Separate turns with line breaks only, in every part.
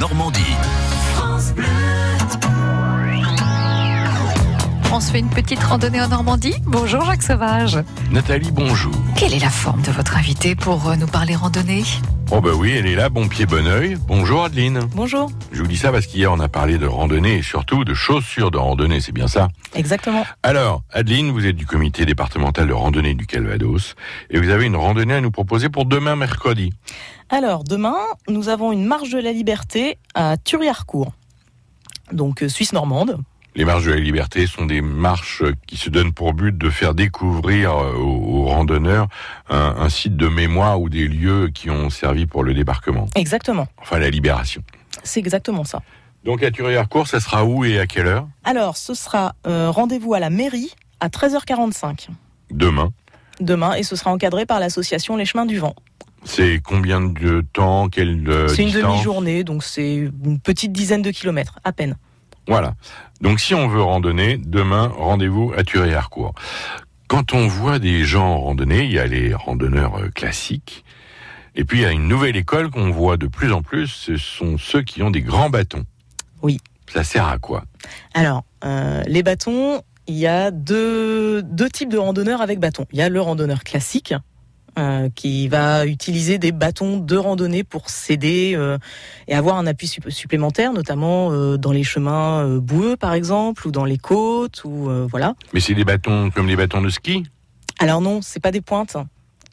Normandie.
On se fait une petite randonnée en Normandie. Bonjour Jacques Sauvage.
Nathalie, bonjour.
Quelle est la forme de votre invité pour euh, nous parler randonnée
Oh bah oui, elle est là, bon pied, bon oeil. Bonjour Adeline.
Bonjour.
Je vous dis ça parce qu'hier on a parlé de randonnée et surtout de chaussures de randonnée, c'est bien ça
Exactement.
Alors, Adeline, vous êtes du comité départemental de randonnée du Calvados et vous avez une randonnée à nous proposer pour demain mercredi.
Alors, demain, nous avons une marche de la liberté à Thuriarcourt. Donc, euh, Suisse normande.
Les marches de la liberté sont des marches qui se donnent pour but de faire découvrir euh, aux, aux randonneurs un, un site de mémoire ou des lieux qui ont servi pour le débarquement,
Exactement.
enfin la libération.
C'est exactement ça.
Donc à Thurière-Court, ça sera où et à quelle heure
Alors, ce sera euh, rendez-vous à la mairie à 13h45
Demain.
demain et ce sera encadré par l'association Les Chemins du Vent.
C'est combien de temps Quelle euh,
c'est une
distance
demi-journée, donc c'est une petite dizaine de kilomètres, à peine.
Voilà. Donc si on veut randonner, demain, rendez-vous à Thury-Harcourt. Quand on voit des gens randonner, il y a les randonneurs euh, classiques, et puis il y a une nouvelle école qu'on voit de plus en plus, ce sont ceux qui ont des grands bâtons.
Oui.
Ça sert à quoi
Alors, euh, les bâtons, il y a deux, deux types de randonneurs avec bâton. Il y a le randonneur classique. euh, qui va utiliser des bâtons de randonnée pour s'aider euh, et avoir un appui sup- supplémentaire, notamment euh, dans les chemins euh, boueux par exemple, ou dans les côtes, ou euh, voilà.
Mais c'est des bâtons comme les bâtons de ski
Alors non, c'est pas des pointes, hein.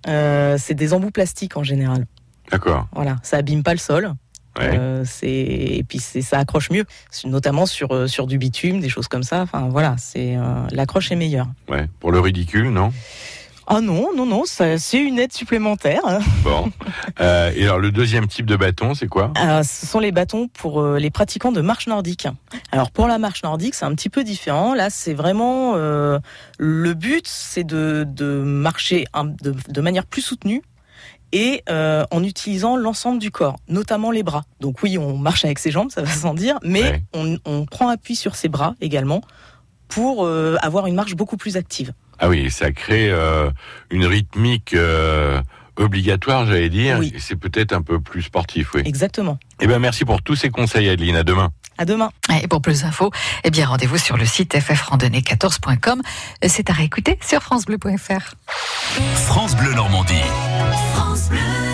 Euh, c'est des embouts plastiques en général.
D'accord.
Voilà, ça abîme pas le sol,
Ouais.
Euh, c'est- et puis c'est- ça accroche mieux, C'est notamment sur euh, sur du bitume, des choses comme ça. Enfin voilà, c'est euh, l'accroche est meilleure.
ouais. Pour le ridicule, non
Ah non, non, non, ça- c'est une aide supplémentaire.
Bon. Euh, et alors le deuxième type de bâton, c'est quoi
Euh, ce sont les bâtons pour euh, les pratiquants de marche nordique. Alors pour la marche nordique, c'est un petit peu différent. Là, c'est vraiment euh, le but, c'est de, de marcher un- de, de manière plus soutenue et euh, en utilisant l'ensemble du corps, notamment les bras. Donc oui, on marche avec ses jambes, ça va sans dire, mais
Ouais.
on, on prend appui sur ses bras également pour euh, avoir une marche beaucoup plus active.
Ah oui, ça crée euh, une rythmique euh, obligatoire, j'allais dire.
Oui.
Et c'est peut-être un peu plus sportif, oui.
Exactement.
Eh ben merci pour tous ces conseils, Adeline. À demain.
À demain.
Et pour plus d'infos, eh bien rendez-vous sur le site ffrandonnée14.com. C'est à réécouter sur francebleu.fr.
France Bleu Normandie. France Bleu.